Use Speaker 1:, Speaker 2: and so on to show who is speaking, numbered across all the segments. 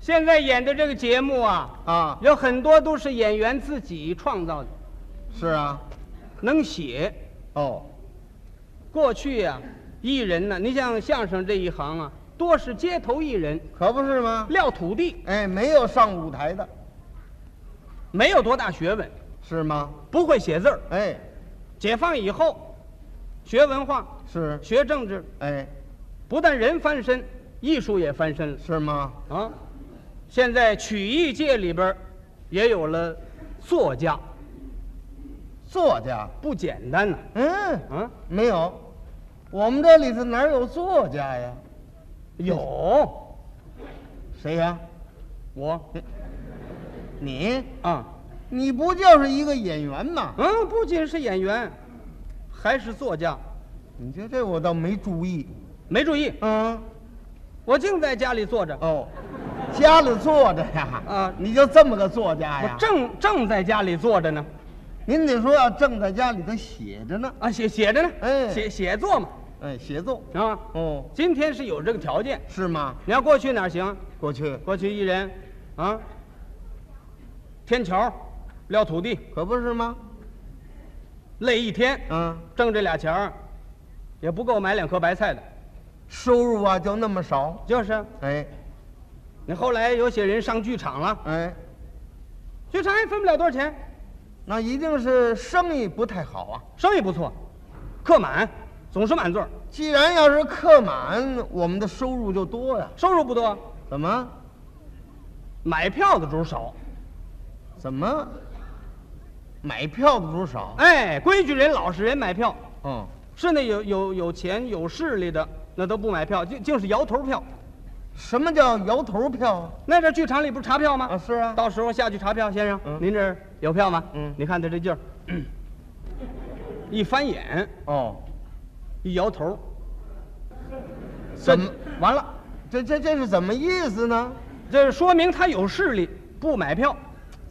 Speaker 1: 现在演的这个节目啊，
Speaker 2: 啊，
Speaker 1: 有很多都是演员自己创造的，
Speaker 2: 是啊，
Speaker 1: 能写。
Speaker 2: 哦，
Speaker 1: 过去呀、艺人呢、你像相声这一行啊，多是街头艺人，
Speaker 2: 可不是吗？
Speaker 1: 撂土地，
Speaker 2: 哎，没有上舞台的，
Speaker 1: 没有多大学问，
Speaker 2: 是吗？
Speaker 1: 不会写字儿。
Speaker 2: 哎，
Speaker 1: 解放以后，学文化，
Speaker 2: 是，
Speaker 1: 学政治，
Speaker 2: 哎，
Speaker 1: 不但人翻身，艺术也翻身了
Speaker 2: 是吗？
Speaker 1: 啊！现在曲艺界里边儿也有了作家，
Speaker 2: 作家，
Speaker 1: 不简单呐、
Speaker 2: 嗯，
Speaker 1: 啊！
Speaker 2: 没有，我们这里头哪有作家呀？
Speaker 1: 有
Speaker 2: 谁呀？
Speaker 1: 我
Speaker 2: 你，
Speaker 1: 啊，
Speaker 2: 你不就是一个演员吗？
Speaker 1: 嗯，不仅是演员，还是作家。
Speaker 2: 你这这我倒没注意。
Speaker 1: 没注意，
Speaker 2: 嗯，
Speaker 1: 我净在家里坐着，
Speaker 2: 哦，家里坐着呀，
Speaker 1: 啊
Speaker 2: 你就这么个作家
Speaker 1: 我
Speaker 2: 哎呀？
Speaker 1: 正正在家里坐着呢，
Speaker 2: 您得说要正在家里头写着呢，
Speaker 1: 啊，写写着呢，
Speaker 2: 哎
Speaker 1: 写写作嘛，
Speaker 2: 哎，写作。
Speaker 1: 啊，
Speaker 2: 哦，
Speaker 1: 今天是有这个条件。
Speaker 2: 是吗？
Speaker 1: 你要过去哪儿行？
Speaker 2: 过去
Speaker 1: 过去一人，啊，天桥，撂土地，
Speaker 2: 可不是吗？
Speaker 1: 累一天，
Speaker 2: 啊，
Speaker 1: 挣这俩钱儿，也不够买两颗白菜的。
Speaker 2: 收入啊就那么少。
Speaker 1: 就是，啊
Speaker 2: 哎，
Speaker 1: 你后来有些人上剧场了，
Speaker 2: 哎，
Speaker 1: 剧场也分不了多少钱，
Speaker 2: 那一定是生意不太好啊。
Speaker 1: 生意不错，客满，总是满座儿，
Speaker 2: 既然要是客满，我们的收入就多呀。
Speaker 1: 收入不多，
Speaker 2: 怎么？
Speaker 1: 买票的主少。
Speaker 2: 怎么？买票的不少？
Speaker 1: 哎，规矩人、老实人买票，
Speaker 2: 嗯，
Speaker 1: 是那有有有钱有势力的，那都不买票，就就是摇头票。
Speaker 2: 什么叫摇头票啊？
Speaker 1: 那这剧场里不是查票吗？
Speaker 2: 啊，是啊。
Speaker 1: 到时候下去查票，先生，
Speaker 2: 嗯
Speaker 1: 您这儿有票吗？
Speaker 2: 嗯
Speaker 1: 你看他这劲儿， 一翻眼，
Speaker 2: 哦，
Speaker 1: 一摇头，
Speaker 2: 怎么完了？这这这是怎么意思呢？
Speaker 1: 这说明他有势力，不买票。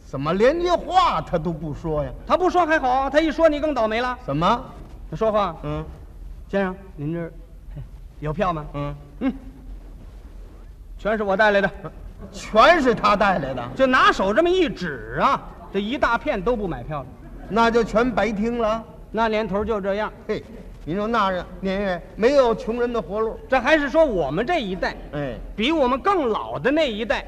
Speaker 2: 怎么连句话他都不说呀？
Speaker 1: 他不说还好，啊他一说你更倒霉了。
Speaker 2: 怎么？
Speaker 1: 他说话，
Speaker 2: 嗯
Speaker 1: 先生，您这儿嘿有票吗？
Speaker 2: 嗯，
Speaker 1: 嗯，全是我带来的，
Speaker 2: 全是他带来的，
Speaker 1: 就拿手这么一指啊，这一大片都不买票了。
Speaker 2: 那就全白听了。
Speaker 1: 那年头就这样，
Speaker 2: 嘿，您说那人年月没有穷人的活路。
Speaker 1: 这还是说我们这一代，
Speaker 2: 哎，
Speaker 1: 比我们更老的那一代，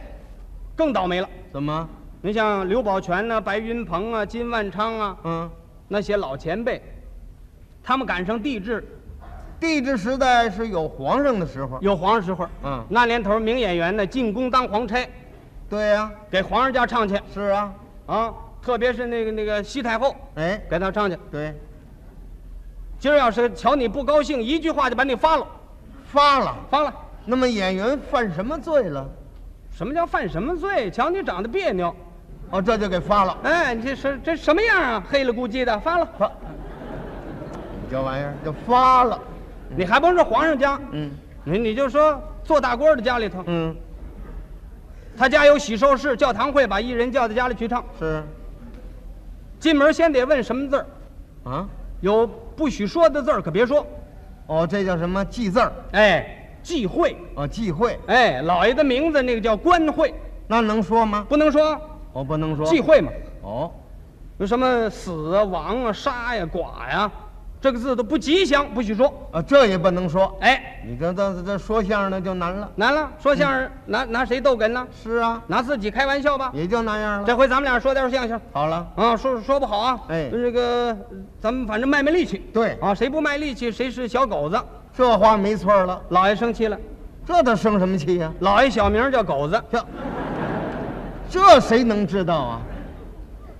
Speaker 1: 更倒霉了。
Speaker 2: 怎么？
Speaker 1: 你像刘宝全呐、白云鹏啊、金万昌啊，
Speaker 2: 嗯，
Speaker 1: 那些老前辈，他们赶上帝制，
Speaker 2: 帝制时代是有皇上的时候。
Speaker 1: 有皇上时候，
Speaker 2: 嗯
Speaker 1: 那年头名演员呢进宫当皇差，
Speaker 2: 对呀、
Speaker 1: 给皇上家唱去
Speaker 2: 是啊。
Speaker 1: 啊，特别是那个那个西太后，
Speaker 2: 哎，
Speaker 1: 给她唱去。
Speaker 2: 对，
Speaker 1: 今儿要是瞧你不高兴，一句话就把你发了，
Speaker 2: 发了。
Speaker 1: 发了。
Speaker 2: 那么演员犯什么罪了？
Speaker 1: 什么叫犯什么罪？瞧你长得别扭，
Speaker 2: 哦，这就给发了。
Speaker 1: 哎，你这是这什么样啊？黑了咕叽的，发了。
Speaker 2: 发，你这玩意儿就发了。
Speaker 1: 你还甭说皇上家，
Speaker 2: 嗯
Speaker 1: 你你就说做大官的家里头，
Speaker 2: 嗯，
Speaker 1: 他家有喜寿室、教堂会，把艺人叫到家里去唱。
Speaker 2: 是
Speaker 1: 进门先得问什么字儿，
Speaker 2: 啊。
Speaker 1: 有不许说的字儿可别说。
Speaker 2: 哦，这叫什么忌字儿？
Speaker 1: 哎，忌讳。
Speaker 2: 哦，忌讳，
Speaker 1: 哎，老爷的名字那个叫官讳，
Speaker 2: 那能说吗？
Speaker 1: 不能说
Speaker 2: 我、不能说
Speaker 1: 忌。讳嘛。
Speaker 2: 哦，
Speaker 1: 有什么死啊、亡啊、杀呀、剐呀，这个字都不吉祥，不许说。
Speaker 2: 啊，这也不能说。
Speaker 1: 哎，
Speaker 2: 你这这这说相声的就难了。
Speaker 1: 难了，说相声、拿拿谁逗哏呢？
Speaker 2: 是啊，
Speaker 1: 拿自己开玩笑吧。
Speaker 2: 也就那样了。
Speaker 1: 这回咱们俩说点相声
Speaker 2: 好了，
Speaker 1: 啊，说说不好啊。
Speaker 2: 哎
Speaker 1: 这个咱们反正卖卖力气。
Speaker 2: 对
Speaker 1: 啊，谁不卖力气，谁是小狗子。
Speaker 2: 这话没错儿了。
Speaker 1: 老爷生气了，
Speaker 2: 这他生什么气呀、
Speaker 1: 老爷小名叫狗子，
Speaker 2: 这这谁能知道啊？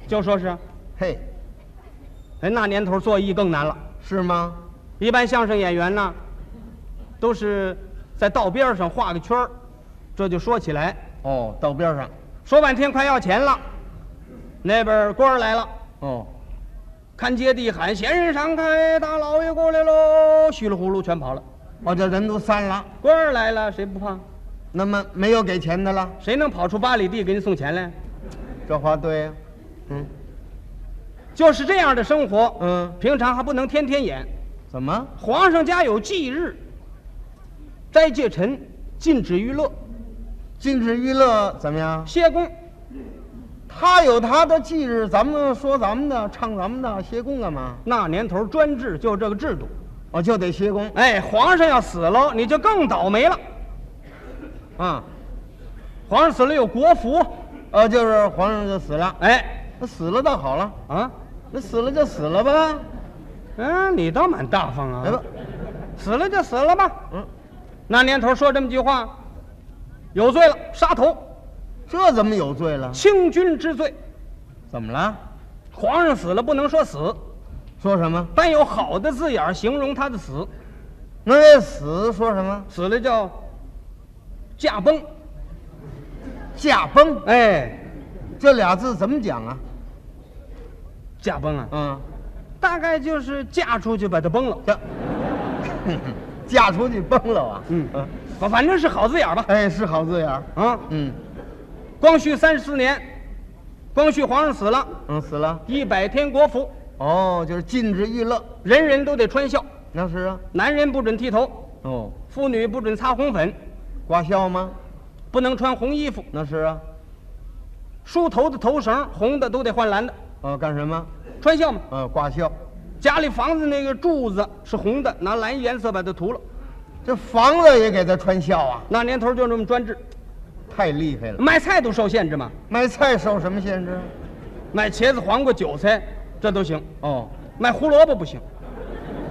Speaker 1: 就说是，
Speaker 2: 嘿，
Speaker 1: 哎，那年头做艺更难了。
Speaker 2: 是吗？
Speaker 1: 一般相声演员呢，都是在道边上画个圈儿，这就说起来，
Speaker 2: 哦，到边上。
Speaker 1: 说半天快要钱了，那边官儿来了，
Speaker 2: 哦，
Speaker 1: 看街地喊闲人闪开，大老爷过来喽，虚了呼噜全跑了。
Speaker 2: 哦，这人都散了，
Speaker 1: 官儿来了，谁不怕？
Speaker 2: 那么没有给钱的了。
Speaker 1: 谁能跑出八里地给你送钱来？
Speaker 2: 这话对呀、嗯
Speaker 1: 就是这样的生活，
Speaker 2: 嗯，
Speaker 1: 平常还不能天天演。
Speaker 2: 怎么？
Speaker 1: 皇上家有忌日，斋戒辰，禁止娱乐。
Speaker 2: 精致娱乐怎么样？
Speaker 1: 歇工，
Speaker 2: 他有他的忌日，咱们说咱们的，唱咱们的，歇工干嘛？
Speaker 1: 那年头专制就这个制度。
Speaker 2: 哦，就得歇工
Speaker 1: 哎，皇上要死了，你就更倒霉了。
Speaker 2: 啊，
Speaker 1: 皇上死了有国服，
Speaker 2: 呃，就是皇上就死了，
Speaker 1: 哎，
Speaker 2: 那死了倒好了，
Speaker 1: 啊，
Speaker 2: 那死了就死了吧，
Speaker 1: 嗯、你倒蛮大方
Speaker 2: 哎
Speaker 1: 啊
Speaker 2: 不，，
Speaker 1: 死了就死了吧。
Speaker 2: 嗯，
Speaker 1: 那年头说这么句话，有罪了，杀头，
Speaker 2: 这怎么有罪了？
Speaker 1: 清君之罪。
Speaker 2: 怎么了？
Speaker 1: 皇上死了不能说死，
Speaker 2: 说什么？
Speaker 1: 但有好的字眼儿形容他的死，
Speaker 2: 那死说什么？
Speaker 1: 死了叫驾崩。
Speaker 2: 驾崩
Speaker 1: 哎，
Speaker 2: 这俩字怎么讲啊？
Speaker 1: 驾崩啊，
Speaker 2: 嗯，
Speaker 1: 大概就是嫁出去把他崩了。
Speaker 2: 驾， 嫁出去崩了啊？
Speaker 1: 嗯，反反正是好字眼儿吧。
Speaker 2: 哎，是好字眼儿。
Speaker 1: 啊，
Speaker 2: 嗯
Speaker 1: 光绪三十四年，光绪皇上死了，
Speaker 2: 嗯，死了。
Speaker 1: 一百天国服，
Speaker 2: 哦，就是禁止娱乐，
Speaker 1: 人人都得穿孝，
Speaker 2: 那是啊。
Speaker 1: 男人不准剃头，
Speaker 2: 哦，
Speaker 1: 妇女不准擦红粉，
Speaker 2: 挂孝吗？
Speaker 1: 不能穿红衣服，
Speaker 2: 那是啊。
Speaker 1: 梳头的头绳红的都得换蓝的，
Speaker 2: 哦，干什么？
Speaker 1: 穿孝嘛。
Speaker 2: 呃，挂孝。
Speaker 1: 家里房子那个柱子是红的，拿蓝颜色把它涂了。
Speaker 2: 这房子也给他穿孝啊，
Speaker 1: 那年头就这么专制，
Speaker 2: 太厉害了。
Speaker 1: 买菜都受限制嘛，
Speaker 2: 卖菜受什么限制？
Speaker 1: 买茄子、黄瓜、韭菜这都行，
Speaker 2: 哦，
Speaker 1: 买胡萝卜不行，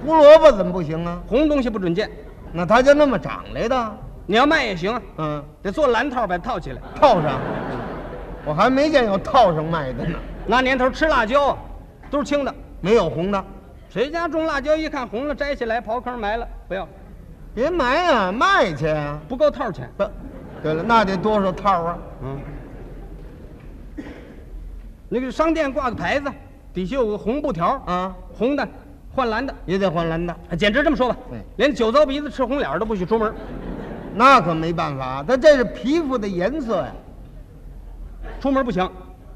Speaker 2: 胡萝卜怎么不行啊？
Speaker 1: 红东西不准见。
Speaker 2: 那他就那么长来的。
Speaker 1: 你要卖也行啊，
Speaker 2: 嗯，
Speaker 1: 得做蓝套把它套起来。
Speaker 2: 套上，我还没见有套上卖的呢，
Speaker 1: 那年头吃辣椒啊，都是青的，
Speaker 2: 没有红的。
Speaker 1: 谁家种辣椒一看红了，摘下来刨坑埋了，不要，
Speaker 2: 别埋啊，卖去啊！
Speaker 1: 不够套钱。
Speaker 2: 不，对了，那得多少套啊？
Speaker 1: 嗯，那个商店挂个牌子，底下有个红布条，
Speaker 2: 啊，
Speaker 1: 红的换蓝的，
Speaker 2: 也得换蓝的，
Speaker 1: 简直这么说吧
Speaker 2: 对，
Speaker 1: 连酒糟鼻子吃红脸儿都不许出门，
Speaker 2: 那可没办法，但这是皮肤的颜色呀、
Speaker 1: 出门不行。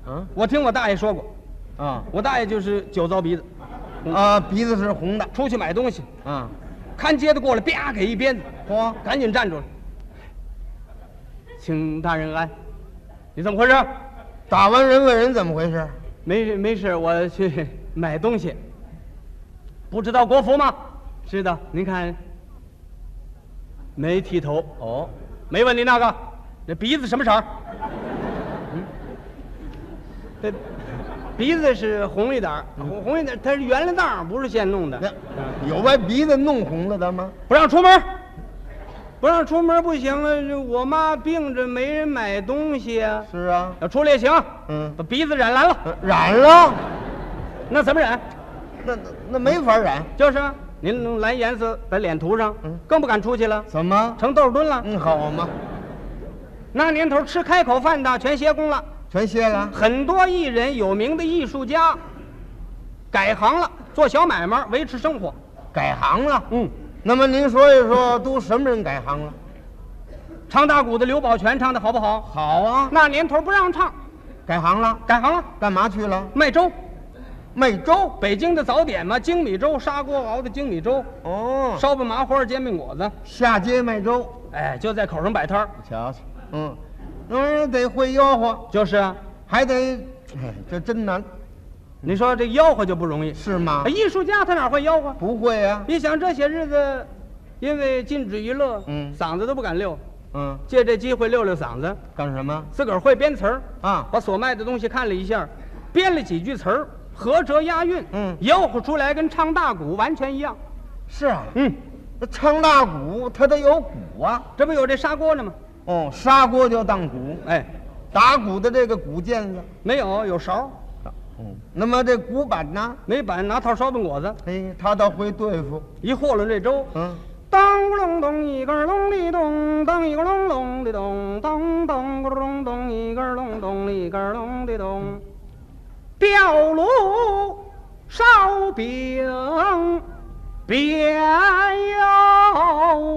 Speaker 2: 啊。
Speaker 1: 我听我大爷说过，
Speaker 2: 啊
Speaker 1: 我大爷就是酒糟鼻子，
Speaker 2: 啊啊，鼻子是红的
Speaker 1: 出去买东西，
Speaker 2: 啊，
Speaker 1: 看街的过来，啪给一鞭子，
Speaker 2: 嚯，
Speaker 1: 赶紧站住了，请大人安，你怎么回事？
Speaker 2: 打完人问人怎么回事？
Speaker 1: 没没事，我去买东西。不知道国服吗？知道。您看，没剃头，
Speaker 2: 哦，
Speaker 1: 没问你那个，那鼻子什么色儿？嗯，这鼻子是红一点儿，红红一点儿，它是圆了当儿，不是现弄
Speaker 2: 那
Speaker 1: 的。
Speaker 2: 有把鼻子弄红了的吗？
Speaker 1: 不让出门儿，不让出门儿不行啊！这我妈病着，没人买东西啊。
Speaker 2: 是啊，
Speaker 1: 要出来也行，
Speaker 2: 嗯
Speaker 1: 把鼻子染蓝了，
Speaker 2: 呃染了，
Speaker 1: 那怎么染？
Speaker 2: 那那那没法染，
Speaker 1: 就是啊您弄蓝颜色把脸涂上，
Speaker 2: 嗯
Speaker 1: 更不敢出去了，
Speaker 2: 怎么？
Speaker 1: 成豆墩了。
Speaker 2: 嗯，好嘛，
Speaker 1: 那年头吃开口饭的全歇工了，
Speaker 2: 全歇了，
Speaker 1: 很多艺人、有名的艺术家改行了，做小买卖维持生活。
Speaker 2: 改行了。
Speaker 1: 嗯，
Speaker 2: 那么您说一说，都什么人改行了？
Speaker 1: 唱大鼓的刘宝全唱的好不好？
Speaker 2: 好啊，
Speaker 1: 那年头不让唱，
Speaker 2: 改行了，
Speaker 1: 改行了，
Speaker 2: 干嘛去了？
Speaker 1: 卖粥。
Speaker 2: 卖粥。
Speaker 1: 北京的早点嘛，精米粥，砂锅熬的精米粥，
Speaker 2: 哦，
Speaker 1: 烧饼麻花、煎饼果子，
Speaker 2: 下街卖粥。
Speaker 1: 哎，就在口上摆摊儿。
Speaker 2: 瞧瞧，嗯，那玩意儿得会吆喝，
Speaker 1: 就是啊，
Speaker 2: 还得， 哎，这真难，
Speaker 1: 你说这吆喝就不容易，
Speaker 2: 是吗？
Speaker 1: 哎艺术家他哪会吆喝？
Speaker 2: 不会啊，
Speaker 1: 你想这些日子，因为禁止娱乐，
Speaker 2: 嗯
Speaker 1: 嗓子都不敢溜，
Speaker 2: 嗯，
Speaker 1: 借这机会溜溜嗓子，
Speaker 2: 干什么
Speaker 1: 自个儿会编词儿，
Speaker 2: 啊？
Speaker 1: 把所卖的东西看了一下，编了几句词儿，合辙押韵，
Speaker 2: 嗯
Speaker 1: 吆喝出来跟唱大鼓完全一样，
Speaker 2: 是啊，
Speaker 1: 嗯，
Speaker 2: 那唱大鼓它得有鼓啊，
Speaker 1: 这不有这砂锅呢吗？
Speaker 2: 哦，砂锅就当鼓，
Speaker 1: 哎，
Speaker 2: 打鼓的这个鼓毽子，
Speaker 1: 没有，有勺儿，
Speaker 2: 嗯，那么这鼓板呢？
Speaker 1: 没板拿套烧饼果子，
Speaker 2: 哎，他倒会对付，
Speaker 1: 一和了这粥，
Speaker 2: 嗯，
Speaker 1: 当咕隆咚一个隆里咚，当一个隆隆的咚，当当咕隆咚一个隆咚一个隆的咚，吊炉烧饼边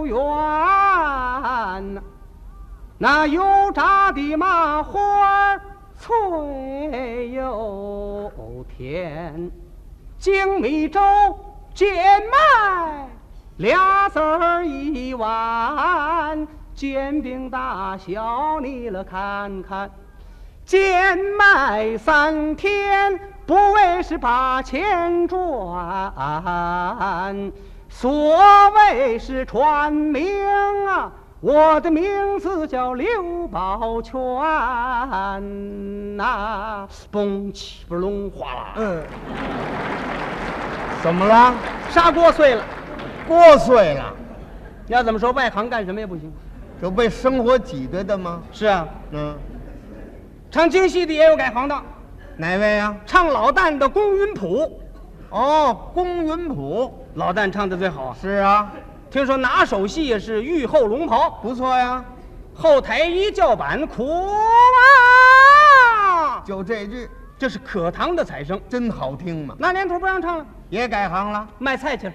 Speaker 1: 又圆，那油炸的麻花儿脆又甜。精米粥贱卖俩子儿一碗，煎饼大小你了看看，贱卖三天不为是把钱赚，所谓是传名啊。我的名字叫刘宝全呐、嘣起不隆哗啦，
Speaker 2: 嗯，怎么了？
Speaker 1: 砂锅碎了。
Speaker 2: 锅碎了，
Speaker 1: 你要怎么说外行干什么也不行。
Speaker 2: 就被生活挤兑的吗？
Speaker 1: 是啊，
Speaker 2: 嗯，
Speaker 1: 唱京戏的也有改行的，
Speaker 2: 哪位呀、
Speaker 1: 唱老旦的龚云普，
Speaker 2: 哦，龚云普。
Speaker 1: 老旦唱的最好啊。
Speaker 2: 是啊，
Speaker 1: 听说拿手戏也是御后龙袍，
Speaker 2: 不错呀，
Speaker 1: 后台一叫板，苦啊！
Speaker 2: 就这句
Speaker 1: 这是可堂的彩声。
Speaker 2: 真好听嘛。
Speaker 1: 那年头不让唱了，
Speaker 2: 也改行了，
Speaker 1: 卖菜去了，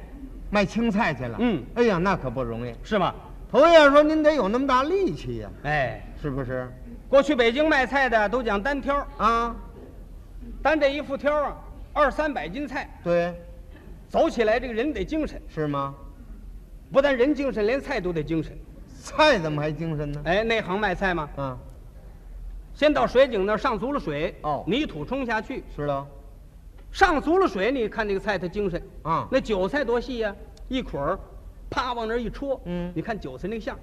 Speaker 2: 卖青菜去了。
Speaker 1: 嗯
Speaker 2: 哎呀，那可不容易。
Speaker 1: 是吗？
Speaker 2: 头一样说您得有那么大力气呀、
Speaker 1: 哎，
Speaker 2: 是不是？
Speaker 1: 过去北京卖菜的都讲单挑，
Speaker 2: 啊，
Speaker 1: 单这一副挑啊，二三百斤菜，
Speaker 2: 对，
Speaker 1: 走起来这个人得精神，
Speaker 2: 是吗？
Speaker 1: 不但人精神，连菜都得精神。
Speaker 2: 菜怎么还精神呢？
Speaker 1: 哎，内行卖菜嘛，
Speaker 2: 啊，
Speaker 1: 先到水井那儿上足了水，
Speaker 2: 哦
Speaker 1: 泥土冲下去，
Speaker 2: 知道。
Speaker 1: 上足了水，你看这个菜它精神
Speaker 2: 啊
Speaker 1: 那韭菜多细呀、一捆儿，啪往那儿一戳，
Speaker 2: 嗯
Speaker 1: 你看韭菜那个相，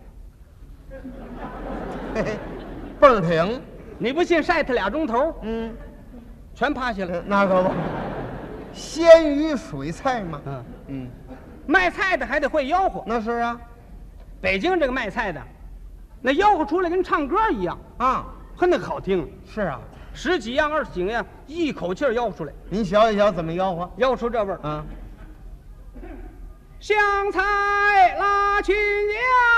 Speaker 2: 嘿嘿，倍儿挺。
Speaker 1: 你不信晒它俩钟头，
Speaker 2: 嗯，
Speaker 1: 全趴下来。
Speaker 2: 呃那可不。鲜鱼水菜嘛。
Speaker 1: 嗯，
Speaker 2: 嗯，
Speaker 1: 卖菜的还得会吆喝，
Speaker 2: 那是啊。
Speaker 1: 北京这个卖菜的，那吆喝出来跟唱歌一样，
Speaker 2: 啊，
Speaker 1: 呵，那可好听，
Speaker 2: 是啊。
Speaker 1: 十几样二十几样，一口气儿吆喝出来，
Speaker 2: 您瞧一瞧怎么吆喝。
Speaker 1: 吆喝出这味儿。
Speaker 2: 啊，
Speaker 1: 香菜、拉裙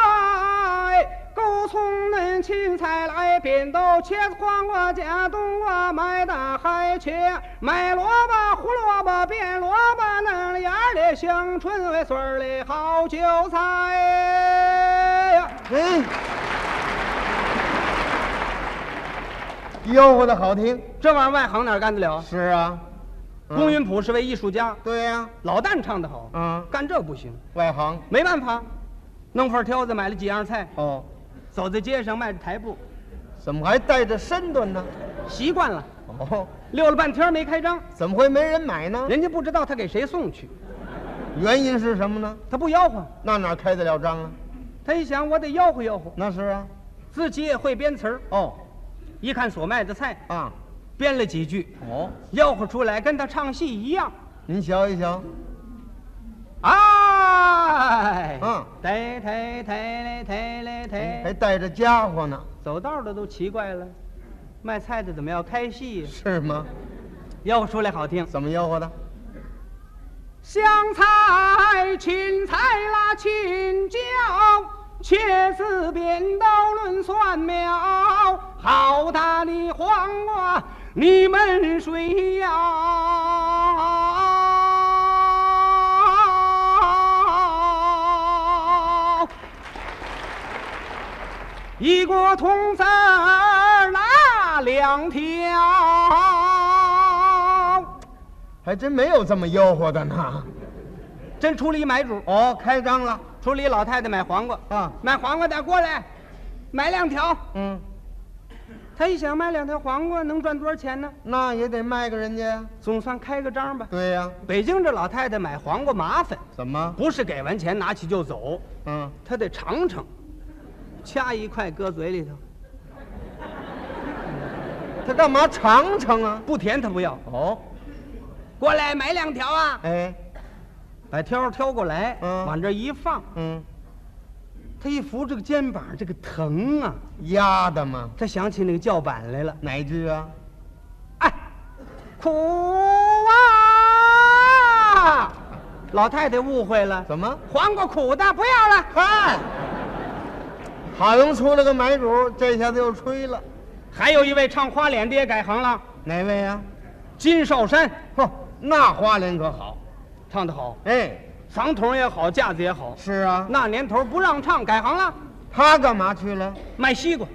Speaker 1: 哎，勾葱嫩青菜来，扁豆、茄子、黄瓜、假冬瓜，买大海茄，买萝卜、胡萝卜、变萝卜，嫩了芽儿的香椿味穗儿的好韭菜呀！
Speaker 2: 哎，吆喝的好听。
Speaker 1: 这玩意儿外行哪干得了啊？
Speaker 2: 是啊。
Speaker 1: 龚云普是位艺术家，
Speaker 2: 对呀、
Speaker 1: 老旦唱得好，
Speaker 2: 嗯
Speaker 1: 干这不行，
Speaker 2: 外行。
Speaker 1: 没办法，弄份挑子买了几样菜，
Speaker 2: 哦，
Speaker 1: 走在街上迈着台步，
Speaker 2: 怎么还带着身段呢？
Speaker 1: 习惯了，
Speaker 2: 哦，
Speaker 1: 溜了半天没开张。
Speaker 2: 怎么会没人买呢？
Speaker 1: 人家不知道他给谁送去，
Speaker 2: 原因是什么呢？
Speaker 1: 他不吆喝，
Speaker 2: 那哪开得了张啊？
Speaker 1: 他一想我得吆喝吆喝，
Speaker 2: 那是啊。
Speaker 1: 自己也会编词儿，
Speaker 2: 哦，
Speaker 1: 一看所卖的菜，
Speaker 2: 啊，
Speaker 1: 编了几句，
Speaker 2: 哦，
Speaker 1: 吆喝出来跟他唱戏一样，
Speaker 2: 您瞧一瞧，
Speaker 1: 哎，
Speaker 2: 嗯哎
Speaker 1: 抬抬抬嘞抬嘞抬，
Speaker 2: 还带着家伙呢，
Speaker 1: 走道的都奇怪了，卖菜的怎么要开戏呀？
Speaker 2: 是吗？
Speaker 1: 吆喝出来好听，
Speaker 2: 怎么吆喝的？
Speaker 1: 香菜、芹菜啦、青椒、茄子、扁豆、论蒜苗，好大的黄瓜，你们谁要？一锅铜子儿拿两条，
Speaker 2: 还真没有这么吆喝的呢。
Speaker 1: 真出了一买主。
Speaker 2: 哦，开张了
Speaker 1: 村里老太太买黄瓜，
Speaker 2: 啊。
Speaker 1: 买黄瓜的过来，买两条。
Speaker 2: 嗯，
Speaker 1: 她一想买两条黄瓜能赚多少钱呢？
Speaker 2: 那也得卖给人家呀。
Speaker 1: 总算开个张吧。
Speaker 2: 对呀、
Speaker 1: 北京这老太太买黄瓜麻烦，
Speaker 2: 怎么？
Speaker 1: 不是给完钱拿起就走，
Speaker 2: 嗯，
Speaker 1: 她得尝尝，掐一块搁嘴里头，
Speaker 2: 他干嘛尝尝啊？
Speaker 1: 不甜她不要。
Speaker 2: 哦，
Speaker 1: 过来买两条啊，
Speaker 2: 哎，
Speaker 1: 把挑挑过来，
Speaker 2: 嗯
Speaker 1: 往这一放，
Speaker 2: 嗯，
Speaker 1: 她一扶这个肩膀，这个疼啊！
Speaker 2: 压的嘛。
Speaker 1: 她想起那个叫板来了，
Speaker 2: 哪一句啊？
Speaker 1: 哎，苦啊！老太太误会了，
Speaker 2: 怎么？
Speaker 1: 黄瓜苦的不要了，
Speaker 2: 嗨，好容易出了个买主，这下子又吹了。
Speaker 1: 还有一位唱花脸的也改行了，
Speaker 2: 哪位呀、
Speaker 1: 金少山
Speaker 2: 嚯，那花脸可好。
Speaker 1: 唱得好，
Speaker 2: 哎，
Speaker 1: 嗓筒也好，架子也好。
Speaker 2: 是啊，
Speaker 1: 那年头不让唱，改行了，
Speaker 2: 他干嘛去了？
Speaker 1: 卖西瓜。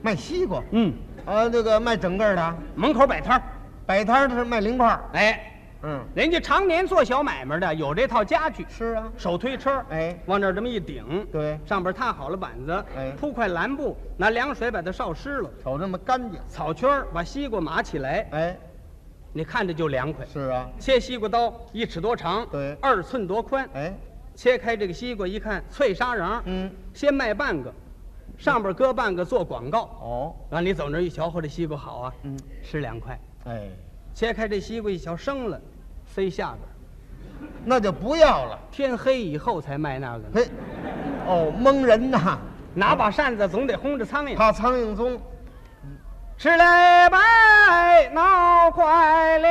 Speaker 2: 卖西瓜。
Speaker 1: 嗯，
Speaker 2: 啊，这个卖整个的，
Speaker 1: 门口摆摊儿，
Speaker 2: 摆摊儿的是卖零块儿。
Speaker 1: 哎，
Speaker 2: 嗯，
Speaker 1: 人家常年做小买卖的，有这套家具，
Speaker 2: 是啊，
Speaker 1: 手推车，
Speaker 2: 哎
Speaker 1: 往这儿这么一顶，
Speaker 2: 对
Speaker 1: 上边踏好了板子，
Speaker 2: 哎
Speaker 1: 铺块蓝布，拿凉水把它烧湿了，
Speaker 2: 瞅这么干净，
Speaker 1: 草圈儿把西瓜码起来，
Speaker 2: 哎，
Speaker 1: 你看着就凉快。
Speaker 2: 是啊，
Speaker 1: 切西瓜刀一尺多长，
Speaker 2: 对
Speaker 1: 二寸多宽，
Speaker 2: 哎，
Speaker 1: 切开这个西瓜一看，脆沙瓤，
Speaker 2: 嗯，
Speaker 1: 先卖半个，上边搁半个做广告，
Speaker 2: 哦，
Speaker 1: 然后你走那儿一瞧，嚯，这西瓜好啊，
Speaker 2: 嗯，
Speaker 1: 十两块，
Speaker 2: 哎，
Speaker 1: 切开这西瓜一瞧生了，塞下边儿，
Speaker 2: 那就不要了。
Speaker 1: 天黑以后才卖那个呢，
Speaker 2: 嘿，哦，蒙人呐，
Speaker 1: 拿把扇子总得轰着苍蝇。
Speaker 2: 怕苍蝇踪。
Speaker 1: 吃嘞白闹快嘞，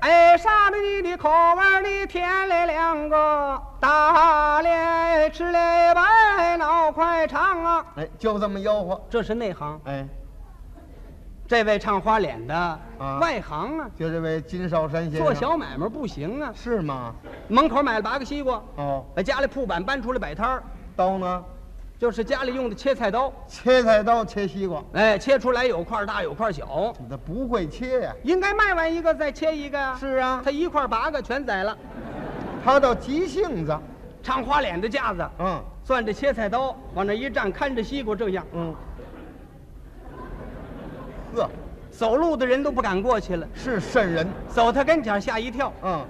Speaker 1: 哎，啥的你的口味的添嘞两个大嘞，吃嘞白闹快唱啊！
Speaker 2: 哎，就这么吆喝。
Speaker 1: 这是内行，
Speaker 2: 哎，
Speaker 1: 这位唱花脸的、外行啊，
Speaker 2: 就这位金少山先生
Speaker 1: 做小买卖不行啊。
Speaker 2: 是吗？
Speaker 1: 门口买了八个西瓜，
Speaker 2: 哦，
Speaker 1: 把家里铺板搬出来摆摊儿，
Speaker 2: 刀呢？
Speaker 1: 就是家里用的切菜刀，
Speaker 2: 切菜刀切西瓜，
Speaker 1: 哎，切出来有块儿大有块儿小，
Speaker 2: 你这不会切呀、
Speaker 1: 应该卖完一个再切一个呀、
Speaker 2: 是啊
Speaker 1: 他，一块儿八个全宰了，
Speaker 2: 他倒急性子。
Speaker 1: 唱花脸的架子。
Speaker 2: 嗯
Speaker 1: 攥着切菜刀往那一站，看着西瓜这样，
Speaker 2: 嗯，呵，
Speaker 1: 走路的人都不敢过去了，
Speaker 2: 是瘆人。
Speaker 1: 走他跟前吓一跳。
Speaker 2: 嗯，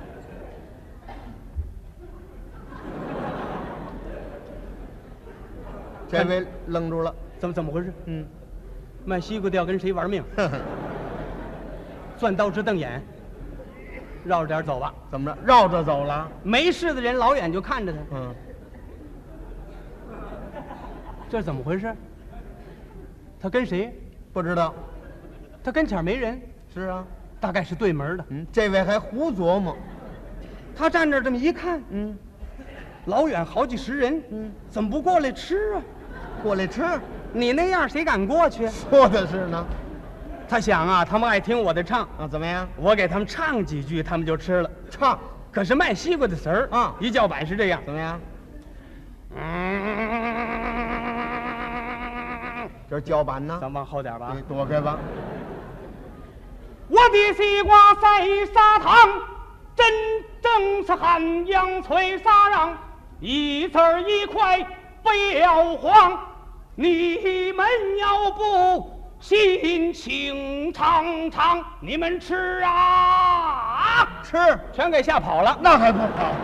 Speaker 2: 这位愣住了。
Speaker 1: 怎么怎么回事？
Speaker 2: 嗯，
Speaker 1: 卖西瓜的要跟谁玩命？
Speaker 2: 呵呵，
Speaker 1: 攥刀直瞪眼，绕着点儿走吧。
Speaker 2: 怎么着？绕着走了？
Speaker 1: 没事的人老远就看着他，
Speaker 2: 嗯，
Speaker 1: 这是怎么回事？他跟谁？
Speaker 2: 不知道。
Speaker 1: 他跟前没人，
Speaker 2: 是啊。
Speaker 1: 大概是对门的。
Speaker 2: 嗯，这位还胡琢磨。
Speaker 1: 他站那儿这么一看，
Speaker 2: 嗯，
Speaker 1: 老远好几十人，
Speaker 2: 嗯，
Speaker 1: 怎么不过来吃啊？
Speaker 2: 过来吃，
Speaker 1: 你那样谁敢过去？
Speaker 2: 说的是呢。
Speaker 1: 他想啊，他们爱听我的唱，
Speaker 2: 啊，怎么样？
Speaker 1: 我给他们唱几句，他们就吃了。
Speaker 2: 唱
Speaker 1: 可是卖西瓜的词儿
Speaker 2: 啊
Speaker 1: 一叫板是这样。
Speaker 2: 怎么样？这是叫板呢。
Speaker 1: 咱往后点吧
Speaker 2: 你。躲开吧。
Speaker 1: 我的西瓜塞砂糖，真正是汉阳脆沙瓤，一字儿一块不要慌。你们要不信，请尝尝，你们吃啊！
Speaker 2: 吃，
Speaker 1: 全给吓跑了。
Speaker 2: 那还不好。